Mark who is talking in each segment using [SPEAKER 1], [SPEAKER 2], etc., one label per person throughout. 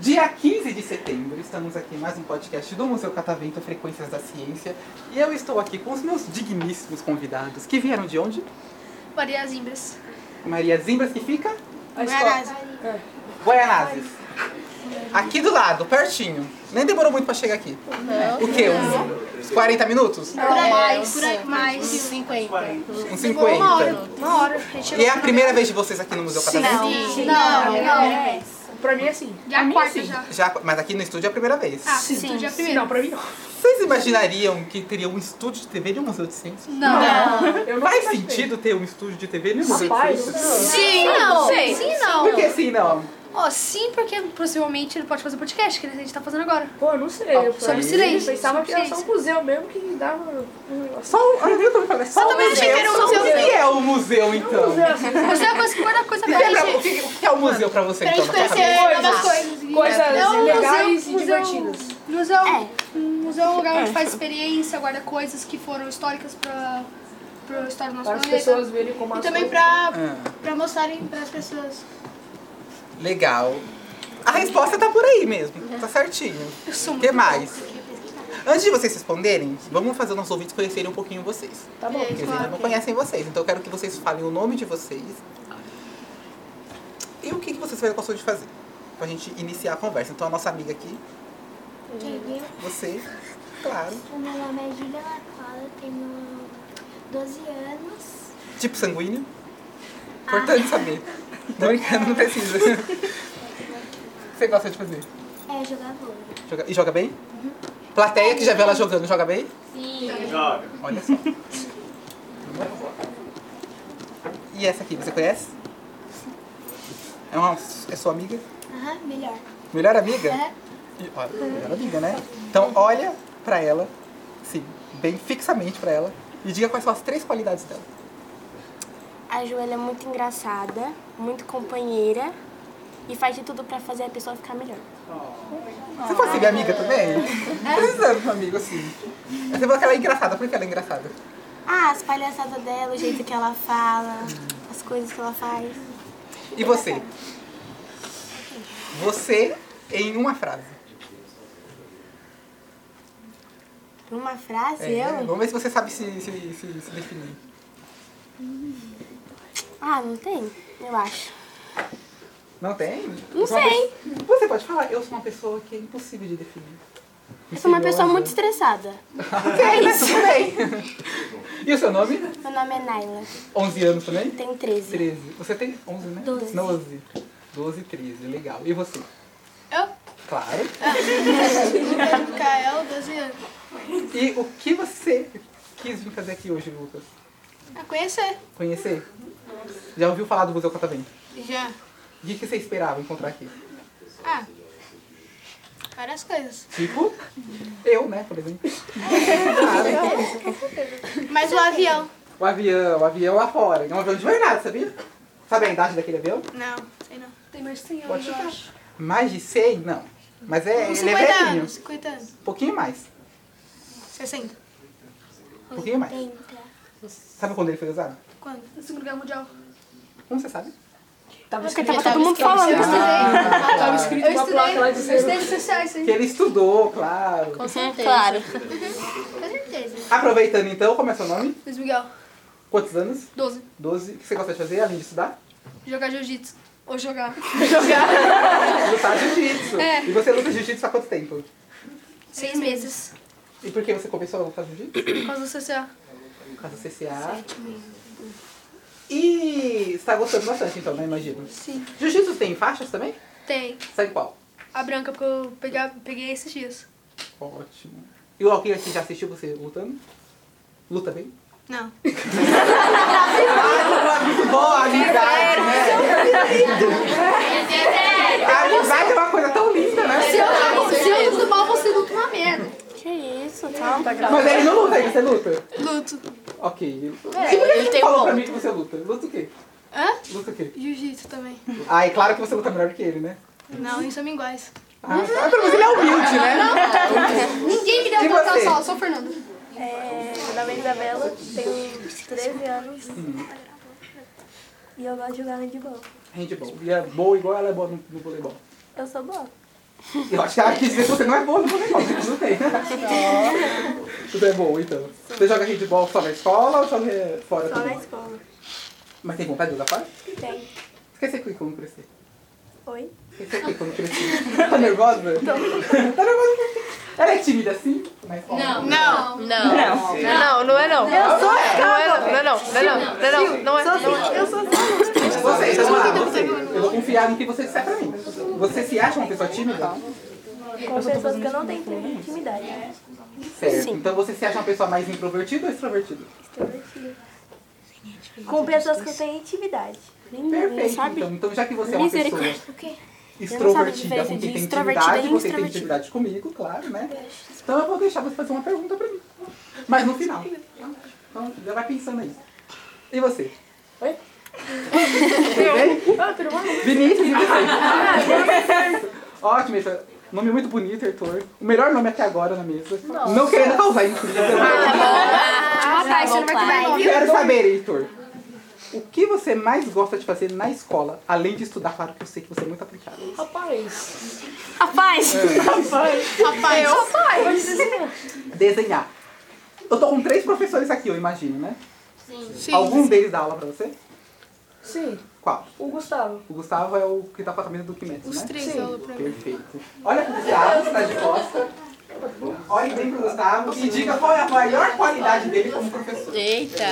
[SPEAKER 1] Dia 15 de setembro, estamos aqui em mais um podcast do Museu Catavento Frequências da Ciência. E eu estou aqui com os meus digníssimos convidados, que vieram de onde?
[SPEAKER 2] Maria Zimbras.
[SPEAKER 1] Maria Zimbras, que fica?
[SPEAKER 3] é
[SPEAKER 1] Guaianazes. Aqui do lado, pertinho. Nem demorou muito pra chegar aqui. O quê? Uns, uns 40 minutos?
[SPEAKER 2] Por aí mais. Por aí
[SPEAKER 4] Mais
[SPEAKER 2] mais.
[SPEAKER 4] 50.
[SPEAKER 1] Uns
[SPEAKER 2] Uma hora.
[SPEAKER 1] 50.
[SPEAKER 2] Uma hora. Gente,
[SPEAKER 1] E é a primeira vez de vocês aqui no Museu Catavento?
[SPEAKER 2] Não, não.
[SPEAKER 4] não. Pra mim é assim.
[SPEAKER 2] Já a quarta já.
[SPEAKER 1] Já, mas aqui no estúdio é a primeira vez.
[SPEAKER 2] Ah, sim, já a primeira.
[SPEAKER 4] Não, pra mim não.
[SPEAKER 1] Vocês imaginariam que teria um estúdio de TV de um museu de ciência?
[SPEAKER 2] Não.
[SPEAKER 4] Eu não
[SPEAKER 1] Faz
[SPEAKER 4] imaginei.
[SPEAKER 1] sentido ter um estúdio de TV no museu de
[SPEAKER 4] Rapaz,
[SPEAKER 1] ciência?
[SPEAKER 2] Sim, não. Sim, não.
[SPEAKER 1] Por que assim não?
[SPEAKER 2] Ó, sim, porque possivelmente ele pode fazer podcast, que a gente tá fazendo agora.
[SPEAKER 4] Pô, eu não sei. Eu
[SPEAKER 2] sobre
[SPEAKER 4] eu
[SPEAKER 2] silêncio,
[SPEAKER 4] pensava
[SPEAKER 2] sobre
[SPEAKER 4] que era só um
[SPEAKER 2] silêncio.
[SPEAKER 4] museu mesmo que dava. um-
[SPEAKER 1] Só o. Olha, viu como eu falei? Só
[SPEAKER 2] também achei que era um
[SPEAKER 1] Só O
[SPEAKER 2] museu.
[SPEAKER 1] que é o museu, então?
[SPEAKER 4] Museu assim.
[SPEAKER 2] Você é uma coisa que guarda coisa
[SPEAKER 1] O que é pra-
[SPEAKER 2] aberta.
[SPEAKER 1] o que- o que é o museu pra você, então? na sua
[SPEAKER 3] É,
[SPEAKER 1] cabeça?
[SPEAKER 4] Coisas, coisas
[SPEAKER 2] Não, museu-
[SPEAKER 4] legais e
[SPEAKER 2] museu-
[SPEAKER 4] divertidas.
[SPEAKER 2] Museu, um museu é um lugar onde faz experiência, guarda coisas que foram históricas pra, pra história do nosso
[SPEAKER 4] Para as
[SPEAKER 3] é
[SPEAKER 2] planeta.
[SPEAKER 4] pessoas verem como
[SPEAKER 5] E
[SPEAKER 4] as
[SPEAKER 5] também
[SPEAKER 4] coisas-
[SPEAKER 5] pra,
[SPEAKER 1] Ah,
[SPEAKER 5] pra mostrarem pras pessoas.
[SPEAKER 1] legal. A resposta tá por aí mesmo. Tá certinho.
[SPEAKER 2] Eu sou
[SPEAKER 1] O
[SPEAKER 2] muito
[SPEAKER 1] que mais? Antes de vocês responderem, vamos fazer os nossos ouvintes conhecerem um pouquinho vocês.
[SPEAKER 4] Tá bom.
[SPEAKER 1] Porque eles ainda não conhecem vocês. Então eu quero que vocês falem o nome de vocês. E o que, que vocês gostam de fazer? Pra gente iniciar a conversa. Então a nossa amiga aqui,
[SPEAKER 6] Entendeu?
[SPEAKER 1] você, claro.
[SPEAKER 6] O meu nome é Júlia Lacola, eu tenho 12 anos.
[SPEAKER 1] Tipo sanguíneo.
[SPEAKER 6] Ah.
[SPEAKER 1] Importante saber. Tô brincando, não precisa. O que você gosta de fazer?
[SPEAKER 6] É jogador.
[SPEAKER 1] Joga- E joga bem? Plateia que já vê ela jogando, joga bem?
[SPEAKER 6] Uhum. Sim.
[SPEAKER 1] Olha só. e essa aqui, você conhece? É, uma, é sua amiga?
[SPEAKER 6] Aham, melhor.
[SPEAKER 1] Melhor amiga?
[SPEAKER 6] É.
[SPEAKER 1] E- olha, melhor amiga, né? Então olha pra ela, sim, bem fixamente pra ela, e diga quais são as três qualidades dela.
[SPEAKER 7] A Joelha é muito engraçada, muito companheira e faz de tudo pra fazer a pessoa ficar melhor.
[SPEAKER 1] Você pode ser minha amiga
[SPEAKER 7] É.
[SPEAKER 1] também? Não precisa de um amigo assim. Você falou que ela é engraçada, por que ela é engraçada?
[SPEAKER 7] Ah, as palhaçadas dela, o jeito que ela fala, as coisas que ela faz.
[SPEAKER 1] E você? Você em uma frase.
[SPEAKER 7] Numa frase,
[SPEAKER 1] É,
[SPEAKER 7] eu?
[SPEAKER 1] Vamos ver se você sabe se, se- se- se definir.
[SPEAKER 7] Ah, não tem? Eu acho.
[SPEAKER 1] Não tem?
[SPEAKER 7] Não
[SPEAKER 1] Você é uma
[SPEAKER 7] sei.
[SPEAKER 1] pessoa- Você pode falar, eu sou uma pessoa que é impossível de definir.
[SPEAKER 7] Eu sou uma pessoa
[SPEAKER 1] Misteriosa.
[SPEAKER 7] muito estressada.
[SPEAKER 1] É isso também. E o seu nome?
[SPEAKER 7] Meu nome é Naila,
[SPEAKER 1] 11 anos também?
[SPEAKER 7] tenho 13.
[SPEAKER 1] 13. Você tem 11, né?
[SPEAKER 7] Doze.
[SPEAKER 1] 12. 12, 13. Legal. E você?
[SPEAKER 5] Eu?
[SPEAKER 1] Claro.
[SPEAKER 5] Micael, 12 anos.
[SPEAKER 1] E o que você quis vir fazer aqui hoje, Lucas?
[SPEAKER 5] A conhecer.
[SPEAKER 1] Conhecer? Já ouviu falar do Museu Catavento?
[SPEAKER 5] Já.
[SPEAKER 1] O que que você esperava encontrar aqui?
[SPEAKER 5] Ah. Várias coisas.
[SPEAKER 1] Tipo, eu, né, por exemplo.
[SPEAKER 5] Mas o avião.
[SPEAKER 1] O avião, o avião lá fora. É um avião de verdade, sabia? Sabe a idade daquele avião?
[SPEAKER 5] Não, sei não.
[SPEAKER 2] Tem mais de 100
[SPEAKER 1] Pode
[SPEAKER 2] anos, eu
[SPEAKER 1] chutar.
[SPEAKER 2] acho.
[SPEAKER 1] Mais de 100? Não. Mas é,
[SPEAKER 5] Uns
[SPEAKER 1] ele é
[SPEAKER 5] 50
[SPEAKER 1] velhinho.
[SPEAKER 5] anos. 50 anos.
[SPEAKER 1] Um pouquinho mais.
[SPEAKER 5] 60.
[SPEAKER 1] Um pouquinho mais.
[SPEAKER 6] Entra.
[SPEAKER 1] Sabe quando ele foi usado?
[SPEAKER 5] Quando?
[SPEAKER 2] No Segundo Guerra Mundial.
[SPEAKER 1] Como você sabe?
[SPEAKER 4] Tava
[SPEAKER 7] Porque
[SPEAKER 4] escrito,
[SPEAKER 7] tava todo mundo falando.
[SPEAKER 5] Ah, tá.
[SPEAKER 4] tava escrito
[SPEAKER 2] Eu
[SPEAKER 4] uma placa
[SPEAKER 2] estudei,
[SPEAKER 4] lá
[SPEAKER 2] eu
[SPEAKER 4] dizendo.
[SPEAKER 2] estudei nos sociais, hein?
[SPEAKER 1] Que ele estudou, claro.
[SPEAKER 7] Claro.
[SPEAKER 5] Com certeza.
[SPEAKER 1] Aproveitando então, como é seu nome?
[SPEAKER 2] Luiz Miguel,
[SPEAKER 1] Quantos anos?
[SPEAKER 2] 12.
[SPEAKER 1] 12. O que você gosta de fazer além de estudar?
[SPEAKER 2] Jogar jiu-jitsu. Ou jogar.
[SPEAKER 1] Lutar jiu-jitsu.
[SPEAKER 2] É.
[SPEAKER 1] E você luta jiu-jitsu há quanto tempo?
[SPEAKER 2] Seis meses.
[SPEAKER 1] E por que você começou a lutar jiu-jitsu?
[SPEAKER 2] Por causa do CCA.
[SPEAKER 1] Por causa do CCA. E está gostando bastante então, né? Imagino.
[SPEAKER 2] Sim.
[SPEAKER 1] Jiu-jitsu tem faixas também?
[SPEAKER 2] Tem.
[SPEAKER 1] Sai qual?
[SPEAKER 2] A branca, porque eu peguei, peguei esses dias.
[SPEAKER 1] Ótimo. E alguém aqui já assistiu você lutando? Luta bem?
[SPEAKER 5] Não.
[SPEAKER 1] Bom, então, amizade, né? A amizade é uma coisa tão linda, né?
[SPEAKER 2] Se eu, se eu uso mal, você luta uma merda.
[SPEAKER 7] Que isso, tá?
[SPEAKER 1] Mas ele não luta, ele você luta.
[SPEAKER 5] Luto.
[SPEAKER 1] Ok. e por que ele tem falou pra mim que você luta? Luta o quê?
[SPEAKER 5] Hã?
[SPEAKER 1] Luta o quê?
[SPEAKER 5] Jiu-jitsu também.
[SPEAKER 1] Ah, e claro que você luta melhor que ele, né?
[SPEAKER 5] Não, isso é minguais.
[SPEAKER 3] Uhum.
[SPEAKER 1] Ah, tá. pelo menos ele é humilde, né?
[SPEAKER 2] Ninguém me deu
[SPEAKER 1] E
[SPEAKER 2] total
[SPEAKER 1] você?
[SPEAKER 2] sou Fernanda.
[SPEAKER 3] É, meu nome é Isabela, tenho 13 anos. E eu gosto de jogar handball.
[SPEAKER 1] Handball. E é boa igual ela é boa no, no voleibol.
[SPEAKER 3] Eu sou boa.
[SPEAKER 1] Eu acho que ela quis dizer que você não é boa no voleibol, mas tudo bem. tudo é boa, então. Você joga handball só na escola ou joga fora
[SPEAKER 3] Só na
[SPEAKER 1] também?
[SPEAKER 3] escola.
[SPEAKER 1] Mas tem vontade de jogar fora?
[SPEAKER 3] Tem.
[SPEAKER 1] Esqueci que quando crescer.
[SPEAKER 3] Oi?
[SPEAKER 1] Esqueci que quando crescer. Tá nervosa? Tá nervosa por quê? Ela é tímida assim? Na escola?
[SPEAKER 4] Não.
[SPEAKER 3] Não.
[SPEAKER 8] Não.
[SPEAKER 3] Não. Não, não é não.
[SPEAKER 1] Eu sou
[SPEAKER 3] Não é não, não é não, não é não, não é não, não é não. Eu sou
[SPEAKER 1] Você, então, ah, você. Eu vou confiar no que você disser pra mim. Você se acha uma pessoa
[SPEAKER 7] Tá.
[SPEAKER 1] tímida?
[SPEAKER 3] com pessoas que eu não tenho intimidade.
[SPEAKER 1] Certo. Então você se acha uma pessoa mais introvertida ou extrovertida?
[SPEAKER 3] Com pessoas que eu tenho intimidade.
[SPEAKER 1] Perfeito.
[SPEAKER 7] Hum, sabe?
[SPEAKER 1] Então, então já que você é uma pessoa
[SPEAKER 7] Misericórdia.
[SPEAKER 1] extrovertida
[SPEAKER 7] Eu não sabia a
[SPEAKER 1] com
[SPEAKER 7] diferença
[SPEAKER 1] quem
[SPEAKER 7] de
[SPEAKER 1] tem
[SPEAKER 7] extrovertida
[SPEAKER 1] intimidade, você
[SPEAKER 7] e
[SPEAKER 1] tem
[SPEAKER 7] introvertida.
[SPEAKER 1] intimidade comigo, claro, né? Então eu vou deixar você fazer uma pergunta pra mim. Mas no final. Então já vai pensando aí. E você?
[SPEAKER 7] Oi?
[SPEAKER 1] Tudo bem?
[SPEAKER 4] assim. Ah,
[SPEAKER 1] Vinícius, e você? Ótimo, Heitor. Nome muito bonito, Heitor. O melhor nome até agora na mesa. Não querendo causar intriga.
[SPEAKER 2] Ah, tá, isso não vai ter
[SPEAKER 1] Eu
[SPEAKER 2] nome.
[SPEAKER 1] Quero saber, Heitor. O que você mais gosta de fazer na escola, além de estudar? Claro que eu sei que você é muito aplicado.
[SPEAKER 4] Rapaz.
[SPEAKER 7] Rapaz,
[SPEAKER 2] Rapaz, eu
[SPEAKER 4] assim,
[SPEAKER 1] Desenhar. Eu tô com três professores aqui, eu imagino, né?
[SPEAKER 2] Sim.
[SPEAKER 1] Algum deles dá aula pra você?
[SPEAKER 4] Sim.
[SPEAKER 1] Qual?
[SPEAKER 4] O Gustavo.
[SPEAKER 1] O Gustavo é o que tá com a camisa do Kimetsu,
[SPEAKER 2] Os
[SPEAKER 1] né?
[SPEAKER 2] três
[SPEAKER 4] Sim.
[SPEAKER 2] aula pra mim.
[SPEAKER 1] Perfeito. Olha pro Gustavo, tá de costa. Olhe bem pro Gustavo e diga qual é a maior qualidade dele como professor.
[SPEAKER 8] Eita.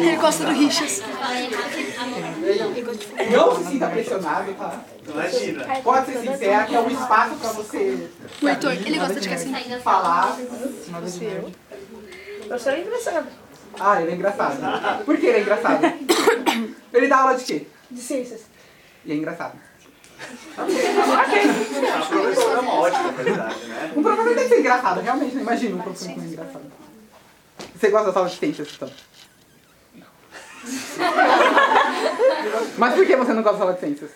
[SPEAKER 2] Ele gosta do Richas.
[SPEAKER 1] Não se sinta pressionado, tá?
[SPEAKER 9] Imagina.
[SPEAKER 1] Pode ser sincero, que é um espaço pra você.
[SPEAKER 2] O Heitor, ele gosta de assim. cassinha.
[SPEAKER 1] Falar. Nada de merda.
[SPEAKER 4] Eu seria engraçado.
[SPEAKER 1] Ah, ele é engraçado. Por que ele é engraçado? Ele dá aula de quê?
[SPEAKER 4] De ciências.
[SPEAKER 1] E é engraçado.
[SPEAKER 9] A professora é uma ótima qualidade, né?
[SPEAKER 1] Um professor tem que ser engraçado, realmente. Não imagino um professor não engraçado. Você gosta da sala de ciências, então? Mas por que você não gosta da sala de ciências?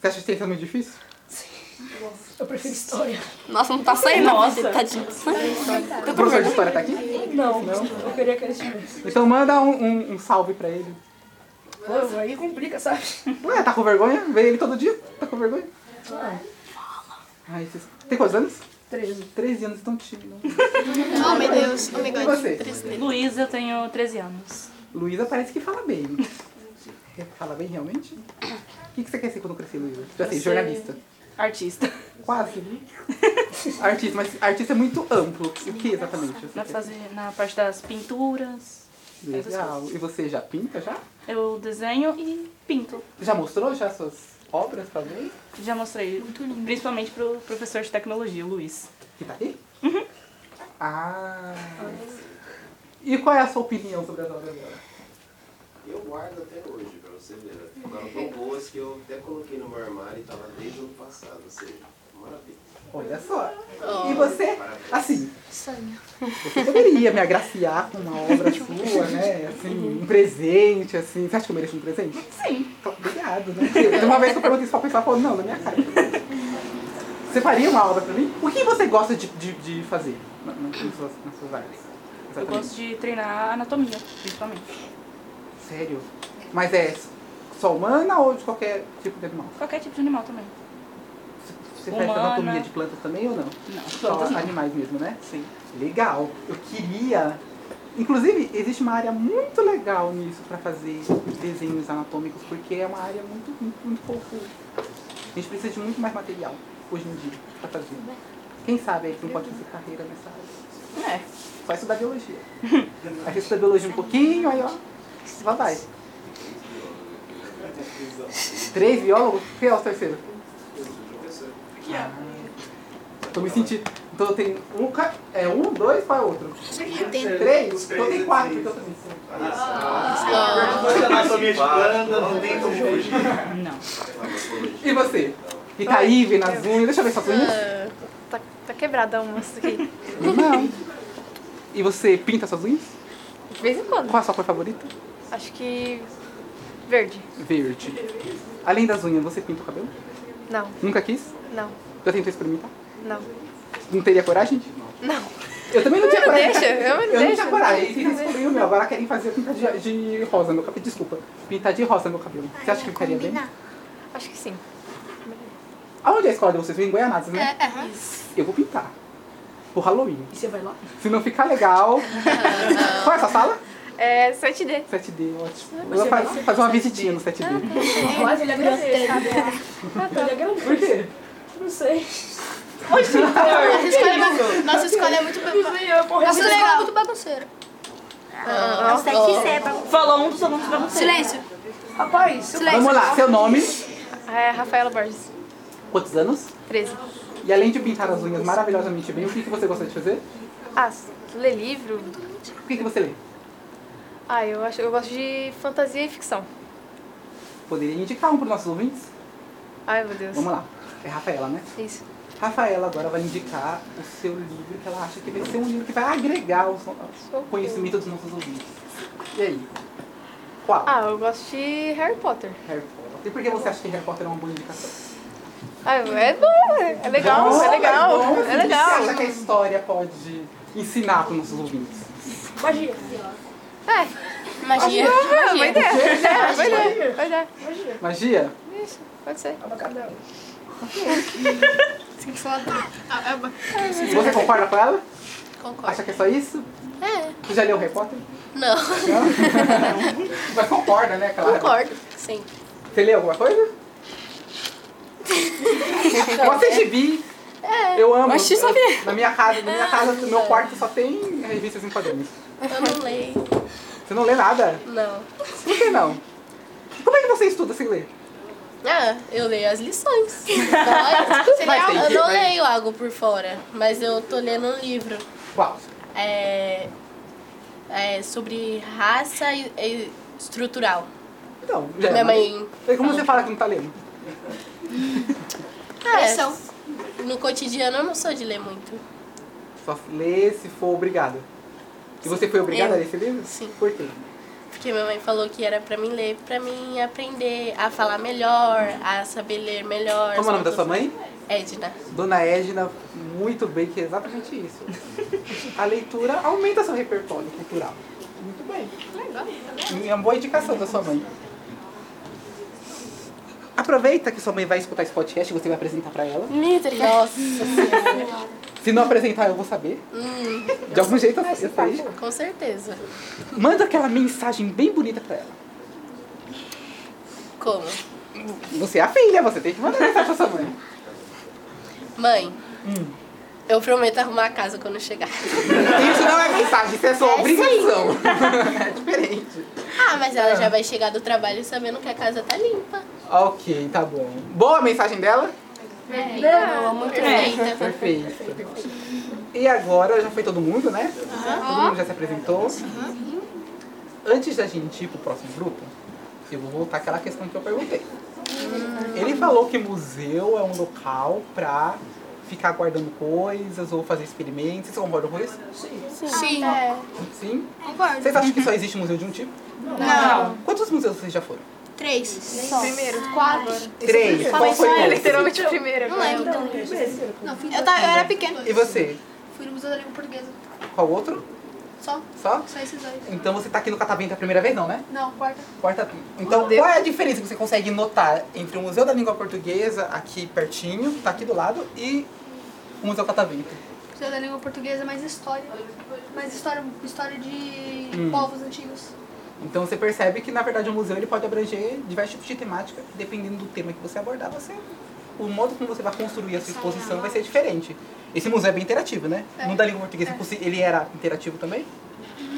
[SPEAKER 1] Você acha ciências muito difícil?
[SPEAKER 4] Eu prefiro história.
[SPEAKER 7] nossa, não tá saindo.
[SPEAKER 8] Nossa.
[SPEAKER 7] Tadinho.
[SPEAKER 1] O professor de história tá aqui?
[SPEAKER 4] Não, eu queria que eles tivessem.
[SPEAKER 1] Então manda um, um- um salve pra ele.
[SPEAKER 4] Pô, aí complica, sabe?
[SPEAKER 1] Ué, tá com vergonha? Vê ele todo dia? Tá com vergonha? Ai, vocês... Tem quantos anos?
[SPEAKER 4] 13.
[SPEAKER 1] 13 anos, tão tímido.
[SPEAKER 2] Oh, meu Deus. Oh, meu
[SPEAKER 1] E
[SPEAKER 2] Deus.
[SPEAKER 1] você?
[SPEAKER 8] Luísa, eu tenho 13 anos.
[SPEAKER 1] Luísa parece que fala bem. Fala bem realmente? O que que você quer ser quando crescer, Luísa? Já sei,
[SPEAKER 8] ser-
[SPEAKER 1] jornalista.
[SPEAKER 8] Artista.
[SPEAKER 1] Quase. artista, mas artista é muito amplo. O que exatamente? Você
[SPEAKER 8] Na,
[SPEAKER 1] quer?
[SPEAKER 8] fase, na parte das pinturas.
[SPEAKER 1] Legal. E você já pinta já?
[SPEAKER 8] Eu desenho e pinto.
[SPEAKER 1] Já mostrou já suas obras pra mim?
[SPEAKER 8] Já mostrei, principalmente pro professor de tecnologia, o Luiz.
[SPEAKER 1] Que tá aqui? Ah. E qual é a sua opinião sobre as obras dela?
[SPEAKER 9] E eu guardo até hoje, pra você ver. né? Ficaram tão boas que eu até coloquei no meu armário e tava desde o ano passado, assim. ou seja, maravilha.
[SPEAKER 1] Olha só. E você, assim. Você poderia me agraciar com uma obra sua, né? Assim, um presente, assim. Você acha que eu mereço um presente?
[SPEAKER 8] Sim.
[SPEAKER 1] Claro, Obrigado, né? Porque Uma vez que eu perguntei isso pra pessoa, ela falou, não, na minha cara. Você faria uma obra pra mim? O que você gosta de, de, de fazer na- na- nas suas, nas suas artes?
[SPEAKER 8] Eu
[SPEAKER 1] Exatamente.
[SPEAKER 8] gosto de treinar anatomia, principalmente.
[SPEAKER 1] Sério? Mas é só humana ou de qualquer tipo de animal?
[SPEAKER 8] Qualquer tipo de animal também.
[SPEAKER 1] Você faz
[SPEAKER 8] Humana.
[SPEAKER 1] anatomia de plantas também ou não?
[SPEAKER 8] Não,
[SPEAKER 1] Só
[SPEAKER 8] plantas não.
[SPEAKER 1] animais mesmo, né?
[SPEAKER 8] Sim.
[SPEAKER 1] Legal. Eu queria. Inclusive, existe uma área muito legal nisso pra fazer desenhos anatômicos, porque é uma área muito, muito, muito pouco. A gente precisa de muito mais material hoje em dia pra fazer. Quem sabe aí que não pode fazer carreira nessa área.
[SPEAKER 8] É.
[SPEAKER 1] Só estudar biologia. Aí você estuda biologia um pouquinho, aí ó. Lá vai. Três biólogos? Quem é o terceiro? Ah, Tô me sentindo. Então eu tenho um, ca- é um, dois, qual é o outro? Três? Então tem quatro, porque eu tô me sentindo.
[SPEAKER 9] Ah, Mas anatomia de planta, não tem como fugir.
[SPEAKER 8] Não.
[SPEAKER 1] E você? Que tá aí, vendo as unhas. Deixa eu ver suas unhas.
[SPEAKER 3] Tá, tá quebrada uma aqui.
[SPEAKER 1] Não. E você pinta suas unhas?
[SPEAKER 3] De vez em quando.
[SPEAKER 1] Qual é a sua cor favorita?
[SPEAKER 3] Acho que. Verde.
[SPEAKER 1] Verde. Além das unhas, você pinta o cabelo?
[SPEAKER 3] Não,
[SPEAKER 1] Nunca quis?
[SPEAKER 3] não,
[SPEAKER 1] Já tentou experimentar?
[SPEAKER 3] não.
[SPEAKER 1] Não teria coragem?
[SPEAKER 3] Não.
[SPEAKER 1] Eu também não tinha
[SPEAKER 5] Não
[SPEAKER 1] coragem.
[SPEAKER 5] deixa, eu não
[SPEAKER 1] Eu não
[SPEAKER 5] deixo.
[SPEAKER 1] tinha coragem, eles descobriram o meu. Agora querem fazer pintar de, de rosa meu cabelo. Desculpa, pintar de rosa meu cabelo. Você acha que ficaria bem?
[SPEAKER 5] Acho que sim.
[SPEAKER 1] Aonde é a escola de vocês? Em Goianápolis, né?
[SPEAKER 5] É, aham.
[SPEAKER 1] Eu vou pintar. Pro Halloween.
[SPEAKER 4] E você vai lá?
[SPEAKER 1] Se não ficar legal. Qual é essa sala?
[SPEAKER 5] É 7D.
[SPEAKER 1] 7D, ótimo. Eu
[SPEAKER 4] Você
[SPEAKER 1] vou
[SPEAKER 4] vai
[SPEAKER 1] fa-
[SPEAKER 4] ser
[SPEAKER 1] fazer uma visitinha no
[SPEAKER 5] Ah, tá.
[SPEAKER 1] 7D.
[SPEAKER 4] Mas ele agradece.
[SPEAKER 5] é
[SPEAKER 4] Ele é agradece.
[SPEAKER 1] Por quê?
[SPEAKER 4] Não sei.
[SPEAKER 5] Nossa escola, é ba- nossa escola é muito ba- Nossa escola é muito bagunceira.
[SPEAKER 3] Até que saiba.
[SPEAKER 8] Falou um dos alunos pra você.
[SPEAKER 5] Silêncio.
[SPEAKER 4] Rapaz, seu
[SPEAKER 5] Silêncio.
[SPEAKER 1] Vamos lá, seu nome,
[SPEAKER 5] É Rafaela Borges,
[SPEAKER 1] quantos anos?
[SPEAKER 5] 13.
[SPEAKER 1] E além de pintar as unhas maravilhosamente bem, o que, que você gosta de fazer?
[SPEAKER 5] Ah, ler livro.
[SPEAKER 1] O que, que você lê?
[SPEAKER 5] Ah, eu, acho, eu gosto de fantasia e ficção.
[SPEAKER 1] Poderia indicar um para os nossos ouvintes?
[SPEAKER 5] Ai, meu Deus.
[SPEAKER 1] Vamos lá. É Rafaela, né?
[SPEAKER 5] Isso.
[SPEAKER 1] Rafaela agora vai indicar o seu livro que ela acha que vai ser um livro que vai agregar os no- o conhecimento dos nossos ouvintes. E aí? Qual?
[SPEAKER 5] Ah, eu gosto de Harry Potter.
[SPEAKER 1] Harry Potter. E por que você acha que Harry Potter é uma boa indicação?
[SPEAKER 5] Ah, é bom, é é legal, é legal, é
[SPEAKER 1] bom. O que você acha
[SPEAKER 5] legal.
[SPEAKER 1] que a história pode ensinar para os nossos ouvintes?
[SPEAKER 4] Magia.
[SPEAKER 7] Magia.
[SPEAKER 5] Ah, boa ideia, boa ideia, boa ideia, boa ideia.
[SPEAKER 1] Magia?
[SPEAKER 5] Isso, pode ser.
[SPEAKER 4] Abacadão.
[SPEAKER 2] Tem que falar.
[SPEAKER 1] Você concorda com ela?
[SPEAKER 5] Concordo.
[SPEAKER 1] Acha que é só isso?
[SPEAKER 5] É.
[SPEAKER 1] Você já leu Harry Potter?
[SPEAKER 5] Não.
[SPEAKER 1] Mas concorda, né, Clara?
[SPEAKER 5] Concordo. Sim.
[SPEAKER 1] Você lê alguma coisa? Você de bi. Eu amo.
[SPEAKER 7] Mas isso
[SPEAKER 1] eu, na minha casa, na minha casa, no meu quarto só tem revistas em quadrinhos.
[SPEAKER 3] Eu não leio.
[SPEAKER 1] Você não lê nada?
[SPEAKER 3] Não.
[SPEAKER 1] Por que não? Como é que você estuda sem ler?
[SPEAKER 3] Ah, eu leio as lições.
[SPEAKER 1] Mas tem
[SPEAKER 3] eu
[SPEAKER 1] que-
[SPEAKER 3] não
[SPEAKER 1] mas-
[SPEAKER 3] leio algo por fora, mas eu tô lendo um livro
[SPEAKER 1] Qual?
[SPEAKER 3] é, é, sobre raça e- e estrutural.
[SPEAKER 1] Então, já.
[SPEAKER 3] Minha mãe.
[SPEAKER 1] E como você fala que não tá lendo? Ah, é.
[SPEAKER 3] Pressão. No cotidiano eu não sou de ler muito.
[SPEAKER 1] Só lê se for obrigada. E você foi obrigada
[SPEAKER 3] Eu.
[SPEAKER 1] a ler esse livro?
[SPEAKER 3] Sim.
[SPEAKER 1] Por quê?
[SPEAKER 3] Porque minha mãe falou que era pra mim ler, pra mim aprender a falar melhor, a saber ler melhor.
[SPEAKER 1] Como é o nome da sua mãe?
[SPEAKER 3] Edna.
[SPEAKER 1] Dona Edna, muito bem, que é exatamente isso. A leitura aumenta seu repertório cultural. Muito bem. Legal. É uma boa indicação da sua mãe. Aproveita que sua mãe vai escutar esse podcast e você vai apresentar pra ela.
[SPEAKER 3] Nossa,
[SPEAKER 1] Se não apresentar, eu vou saber. De algum jeito eu eu sei.
[SPEAKER 3] com certeza.
[SPEAKER 1] Manda aquela mensagem bem bonita pra ela.
[SPEAKER 3] Como?
[SPEAKER 1] Você é a filha, você tem que mandar mensagem pra sua mãe.
[SPEAKER 3] Mãe, eu prometo arrumar a casa quando chegar.
[SPEAKER 1] Isso não é mensagem, isso é sua obrigação. é diferente.
[SPEAKER 3] Ah, mas ela já vai chegar do trabalho sabendo que a casa tá limpa.
[SPEAKER 1] Ok, tá bom. Boa a mensagem dela?
[SPEAKER 3] É. Perfeita.
[SPEAKER 1] Perfeito. E agora já foi todo mundo, né? Todo mundo já se apresentou. Antes da gente ir pro próximo grupo, eu vou voltar àquela questão que eu perguntei. Ele falou que museu é um local pra ficar guardando coisas ou fazer experimentos. Vocês concordam com isso?
[SPEAKER 5] Sim.
[SPEAKER 3] Ah,
[SPEAKER 1] Sim? Concordo. Vocês acham que só existe museu de um tipo?
[SPEAKER 5] Não.
[SPEAKER 1] Quantos museus vocês já foram?
[SPEAKER 3] tá.
[SPEAKER 5] Três. Primeiro. Quatro.
[SPEAKER 1] Três. Qual foi o outro?
[SPEAKER 5] Literalmente o primeiro. então. Não lembro.
[SPEAKER 2] Não, fui no
[SPEAKER 5] Eu, tava, eu era pequeno.
[SPEAKER 1] E você?
[SPEAKER 2] Fui no Museu da Língua Portuguesa.
[SPEAKER 1] Qual outro?
[SPEAKER 2] Só,
[SPEAKER 1] Só?
[SPEAKER 2] só esses dois.
[SPEAKER 1] Então você tá aqui no Catavento a primeira vez, não, né?
[SPEAKER 2] Não, quarta.
[SPEAKER 1] Quarta- Então, qual é a diferença que você consegue notar entre o Museu da Língua Portuguesa, aqui pertinho, que tá aqui do lado, e o Museu Catavento?
[SPEAKER 2] Museu da Língua Portuguesa, mais história. Mais história, história de
[SPEAKER 1] Hum.
[SPEAKER 2] povos antigos.
[SPEAKER 1] Então você percebe que, na verdade, o museu ele pode abranger diversos tipos de temática, e dependendo do tema que você abordar, você... O modo como você vai construir a sua exposição vai ser diferente. Esse museu é bem interativo, né?
[SPEAKER 2] É.
[SPEAKER 1] No da língua portuguesa,
[SPEAKER 2] É.
[SPEAKER 1] possi- ele era interativo também?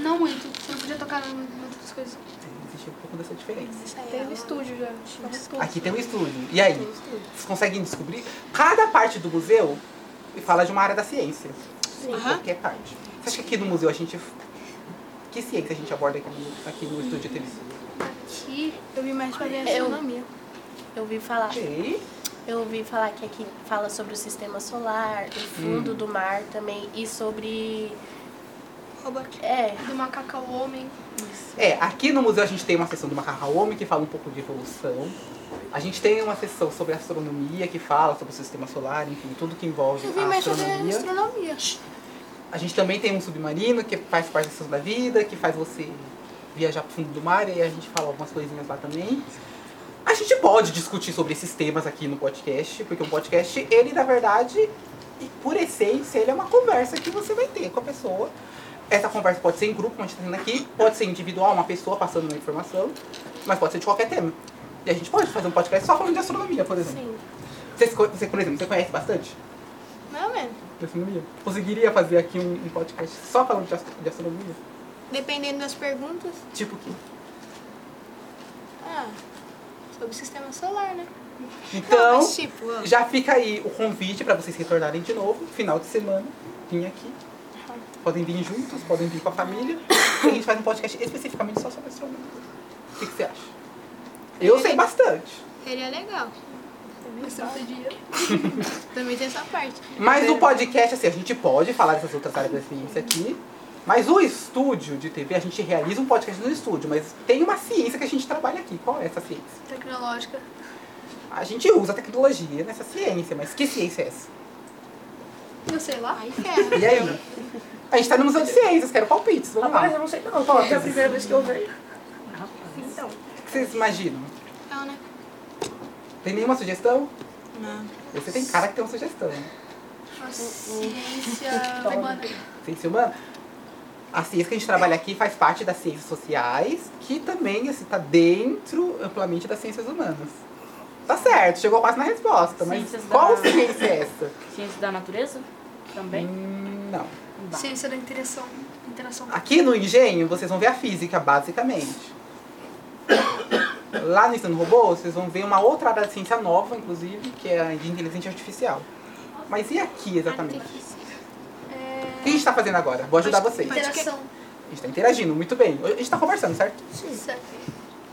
[SPEAKER 2] Não muito, você não podia tocar em muitas coisas.
[SPEAKER 1] Existe um pouco dessa diferença.
[SPEAKER 2] Teve É, estúdio já. Teve estúdio.
[SPEAKER 1] Aqui tem um estúdio. E aí? Vocês conseguem descobrir? Cada parte do museu fala de uma área da ciência. qualquer parte. Você acha que aqui no museu a gente. Que ciência a gente aborda aqui no, aqui no estúdio de TV?
[SPEAKER 2] Aqui eu vi mais pra
[SPEAKER 3] Eu-
[SPEAKER 2] gastronomia.
[SPEAKER 3] Eu ouvi
[SPEAKER 1] Ah.
[SPEAKER 3] falar.
[SPEAKER 1] Ok.
[SPEAKER 3] Eu ouvi falar que aqui fala sobre o sistema solar, o fundo do mar também e sobre.
[SPEAKER 2] Robótica.
[SPEAKER 3] É,
[SPEAKER 2] Do macaco ao homem.
[SPEAKER 1] É, aqui no museu a gente tem uma sessão do Macarrão Homem que fala um pouco de evolução. A gente tem uma sessão sobre astronomia que fala sobre o sistema solar, enfim, tudo que envolve a astronomia.
[SPEAKER 2] astronomia.
[SPEAKER 1] A gente também tem um submarino que faz parte das coisas da vida, que faz você viajar pro fundo do mar e a gente fala algumas coisinhas lá também. A gente pode discutir sobre esses temas aqui no podcast, porque o podcast, ele na verdade, e por essência, ele é uma conversa que você vai ter com a pessoa. Essa conversa pode ser em grupo, como a gente está tendo aqui, pode ser individual, uma pessoa passando uma informação, mas pode ser de qualquer tema. E a gente pode fazer um podcast só falando de astronomia, por exemplo.
[SPEAKER 7] Sim.
[SPEAKER 1] Você, se co- você, por exemplo, você conhece bastante?
[SPEAKER 5] Mais ou menos.
[SPEAKER 1] de astronomia. Conseguiria fazer aqui um, um podcast só falando de, astro- de astronomia?
[SPEAKER 5] Dependendo das perguntas.
[SPEAKER 1] Tipo o quê?
[SPEAKER 5] Ah, sobre o sistema solar, né?
[SPEAKER 1] Então,
[SPEAKER 5] Mas tipo,
[SPEAKER 7] um-
[SPEAKER 5] ó,
[SPEAKER 1] já fica aí o convite para vocês retornarem de novo, final de semana, vim aqui. Podem vir juntos, podem vir com a família. E a gente faz um podcast especificamente só sobre astronomia. O que, que você acha? Eu sei bastante.
[SPEAKER 5] seria
[SPEAKER 2] é
[SPEAKER 5] legal. Também tem essa parte.
[SPEAKER 1] Mas o podcast, assim, a gente pode falar dessas outras áreas da ciência aqui. Mas o estúdio de TV, a gente realiza um podcast no estúdio, mas tem uma ciência que a gente trabalha aqui. Qual é essa ciência?
[SPEAKER 5] Tecnológica.
[SPEAKER 1] A gente usa a tecnologia nessa ciência, mas que ciência é essa?
[SPEAKER 2] Eu sei lá.
[SPEAKER 5] Aí ferra.
[SPEAKER 1] E aí? A gente tá no Museu de Ciências, quero palpites, vamos
[SPEAKER 4] Rapaz,
[SPEAKER 1] lá.
[SPEAKER 4] eu não sei não. Pô, é a primeira vez que eu vejo. Então,
[SPEAKER 1] O que vocês imaginam?
[SPEAKER 5] Não, né?
[SPEAKER 1] Tem nenhuma sugestão?
[SPEAKER 5] Não.
[SPEAKER 1] Você tem cara que tem uma sugestão. né?
[SPEAKER 2] A ciência humana.
[SPEAKER 1] Ciência humana? A ciência que a gente trabalha aqui faz parte das ciências sociais, que também assim, tá dentro amplamente das ciências humanas. Tá certo, chegou quase na resposta, mas
[SPEAKER 8] Ciências da-
[SPEAKER 1] qual ciência é essa?
[SPEAKER 8] Ciência da natureza? Também?
[SPEAKER 1] Hum, não.
[SPEAKER 8] Tá.
[SPEAKER 2] Ciência da interação. Interação.
[SPEAKER 1] Aqui no engenho, vocês vão ver a física, basicamente. Lá no Ensino Robô, vocês vão ver uma outra área de ciência nova, inclusive, que é a de inteligência artificial. Mas e aqui, exatamente? O que a gente está fazendo agora? Vou ajudar vocês. A
[SPEAKER 2] Interação.
[SPEAKER 1] gente está interagindo, muito bem. A gente está conversando, certo?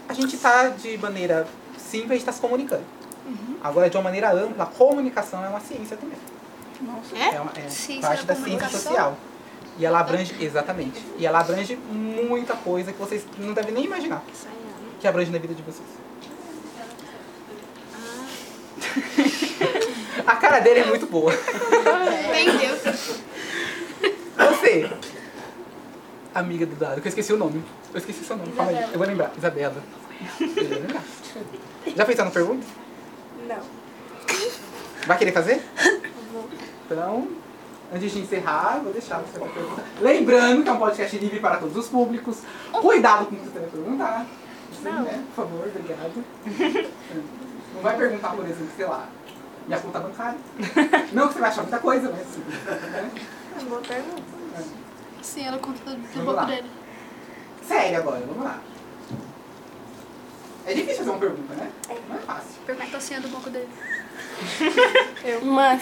[SPEAKER 1] A gente está, de maneira simples, a gente está se comunicando.
[SPEAKER 2] Uhum.
[SPEAKER 1] Agora, de uma maneira ampla, a comunicação é uma ciência também.
[SPEAKER 5] É? Uhum.
[SPEAKER 1] É, uma, é
[SPEAKER 2] Ciência
[SPEAKER 1] parte
[SPEAKER 2] da
[SPEAKER 1] da ciência
[SPEAKER 2] comunicação?
[SPEAKER 1] social. E ela abrange, exatamente. E ela abrange muita coisa que vocês não devem nem imaginar.
[SPEAKER 5] né?
[SPEAKER 1] Que abrange na vida de vocês.
[SPEAKER 5] Ah.
[SPEAKER 1] A cara dele é muito boa.
[SPEAKER 5] Entendeu?
[SPEAKER 1] Você, amiga do Dado, que eu esqueci o nome. Eu esqueci seu nome. Fala aí. Eu vou lembrar. Isabela. Eu vou lembrar. Já pensaram na pergunta?
[SPEAKER 4] não.
[SPEAKER 1] Vai querer fazer? Então, antes de encerrar, vou deixar você fazer a pergunta. Lembrando que é um podcast livre para todos os públicos. Cuidado com o que você vai perguntar. Sim, né? Por favor, obrigado. Não vai perguntar, por exemplo, sei lá, minha conta bancária. Não que você vai achar muita coisa, mas assim. né?
[SPEAKER 4] Boa pergunta.
[SPEAKER 2] Sim, ela conta do, do
[SPEAKER 1] Vamos lá.
[SPEAKER 2] banco dele.
[SPEAKER 1] Sério agora, vamos lá. É difícil fazer uma pergunta, né? Não é fácil.
[SPEAKER 2] Pergunta a senha do banco dele.
[SPEAKER 7] Mano,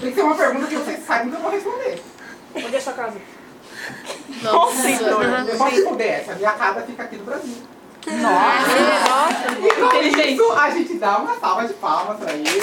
[SPEAKER 1] Tem que ser uma pergunta que vocês sabem que eu vou responder.
[SPEAKER 4] Onde é a sua casa?
[SPEAKER 1] Eu posso responder essa. A minha casa fica aqui no Brasil. E com
[SPEAKER 8] Inteligente.
[SPEAKER 1] isso, a gente dá uma salva de palmas pra ele.